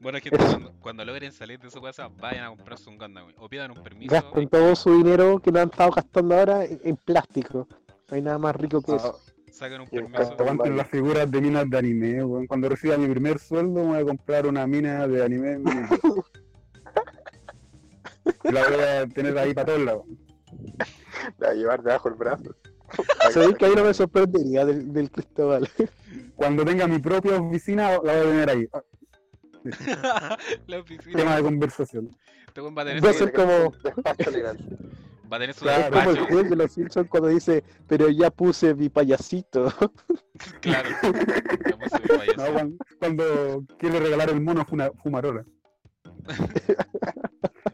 A: Bueno, es que cuando, cuando logren salir de su casa, vayan a comprarse un Gundam, weón. O pidan un permiso.
G: gastan todo su dinero que no han estado gastando ahora en, en plástico. No hay nada más rico que eso.
A: Saquen un
C: Y un
A: permiso.
C: cartón.
D: Aguanten las figuras de minas de anime, weón. Cuando reciba mi primer sueldo, voy a comprar una mina de anime. en mi vida. Y la voy a tener ahí para todos lados.
C: La llevar debajo del brazo.
G: Sabéis que ahí no me sorprendería del, del Cristóbal.
D: Cuando tenga mi propia oficina, la voy a tener ahí. Ah,
A: la oficina.
D: Tema de conversación.
A: Este weón va a tener
G: Va a
A: su-
G: ser como,
H: Despacho legal.
A: Va a tener su
D: Claro.
G: como el
A: despacho.
G: juez de los Simpsons cuando dice, pero ya puse mi payasito.
A: Claro. Ya puse mi
D: No,
A: payaso.
D: cuan- cuando quiere regalar el mono a una fumarola.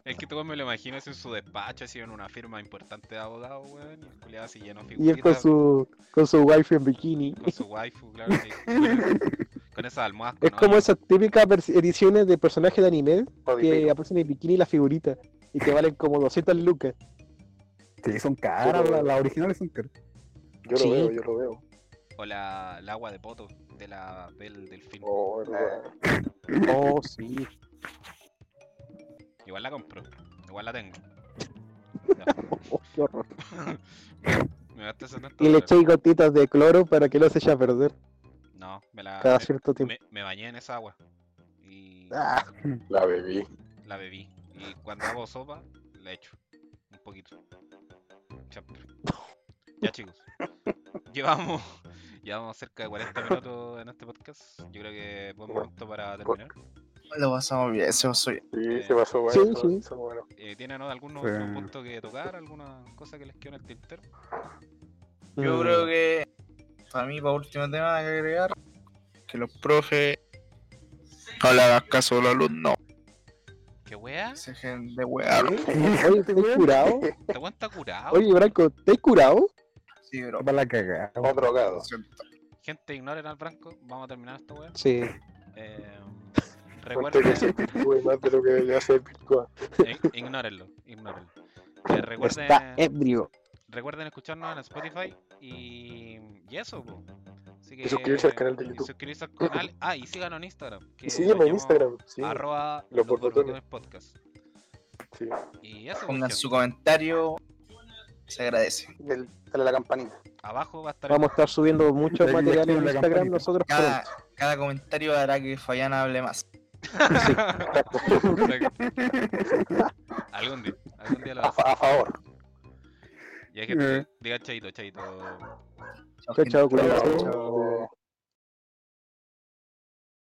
A: Es que todo me lo imagino así en su despacho, así en una firma importante de abogado, weón. Y el culiao así lleno de
G: Y él con
A: figuritas,
G: su, con su wife en bikini.
A: con su waifu, claro. sí. Con- Con esas almohadas.
G: Es
A: con
G: como
A: hoyos.
G: esas típicas vers- ediciones de personajes de anime que
H: Jodipino.
G: aparecen en bikini y la figurita. Y que valen como 200 lucas.
D: Sí, son caras,
C: Pero-
D: la- las originales son caras.
C: Yo lo
G: Sí.
C: veo, yo lo veo.
A: O la, el agua de poto de la, del, del film.
C: Oh,
H: Eh,
G: Ah. Oh, sí.
A: Igual la compro. Igual la tengo.
G: Oh, qué horror.
A: Me gasté 70
G: Y le
A: dólares.
G: echáis gotitas de cloro para que no se eche a perder
A: No, me la.
G: cada
A: Ah, me-
G: cierto tiempo.
A: me, me bañé en esa agua. Y
G: Ah,
C: la bebí.
A: la bebí. Y cuando hago sopa, la echo. Un poquito. Siempre. Ya chicos. Llevamos. Llevamos cerca de 40 minutos en este podcast. Yo creo que buen momento para terminar.
B: Lo pasamos bien, eso soy.
C: Sí, se pasó bueno.
G: Sí,
C: se
G: sí.
C: pasó bueno.
A: Eh, ¿Tienen ¿no? algún
D: Sí.
A: otro punto que tocar? ¿Alguna cosa que les quedó en el tintero?
B: Yo
G: mm,
B: creo que Para mí, para último tema que agregar, que los profes no le hagas caso al alumno.
A: ¿Qué wea?
B: Se dejen de wear.
E: Oye, ¿estás curado?
A: ¿Te cuenta curado?
E: Oye, Branco, ¿estás curado?
B: Sí, bro.
D: Para la cagada.
H: O drogado.
B: lo siento.
A: Gente, ignoren al Branco. Vamos a terminar esta wea.
G: Sí.
A: Eh,
C: Ponte que sí,
A: recuerden,
C: Bitcoin más de lo que le hace el Bitcoin.
A: ig- ignórenlo, ignórenlo. Eh, recuerden,
G: Está ebrio.
A: recuerden escucharnos en Spotify y, y eso. po. Así que-
C: suscribirse al canal de
A: y
C: YouTube.
A: suscribirse al canal. Ah, y síganos en Instagram. que
C: Y sígueme
A: lo
C: en
A: llamo
C: Instagram. Sí,
A: Arroba
C: Los
A: los
C: Borbotones.
A: Borbotones podcast.
C: sí.
A: Y eso. po,
B: Pongan
A: gente.
B: su comentario. Se agradece.
H: Del- Dale a la campanita.
A: Abajo va a estar. el-
G: Vamos a estar subiendo mucho
D: Le- le
G: material
D: activo
G: en
D: la
G: Instagram
D: campanita.
G: nosotros.
B: Cada,
G: pronto.
B: cada comentario hará que Fayana hable más.
A: algún día. Algún día lo
H: A,
A: hago.
H: fa- a favor.
A: Ya gente,
D: Eh.
A: diga chaito, chaito.
B: Chao,
G: Chao,
B: gente.
G: chao, culiao.
C: Chao.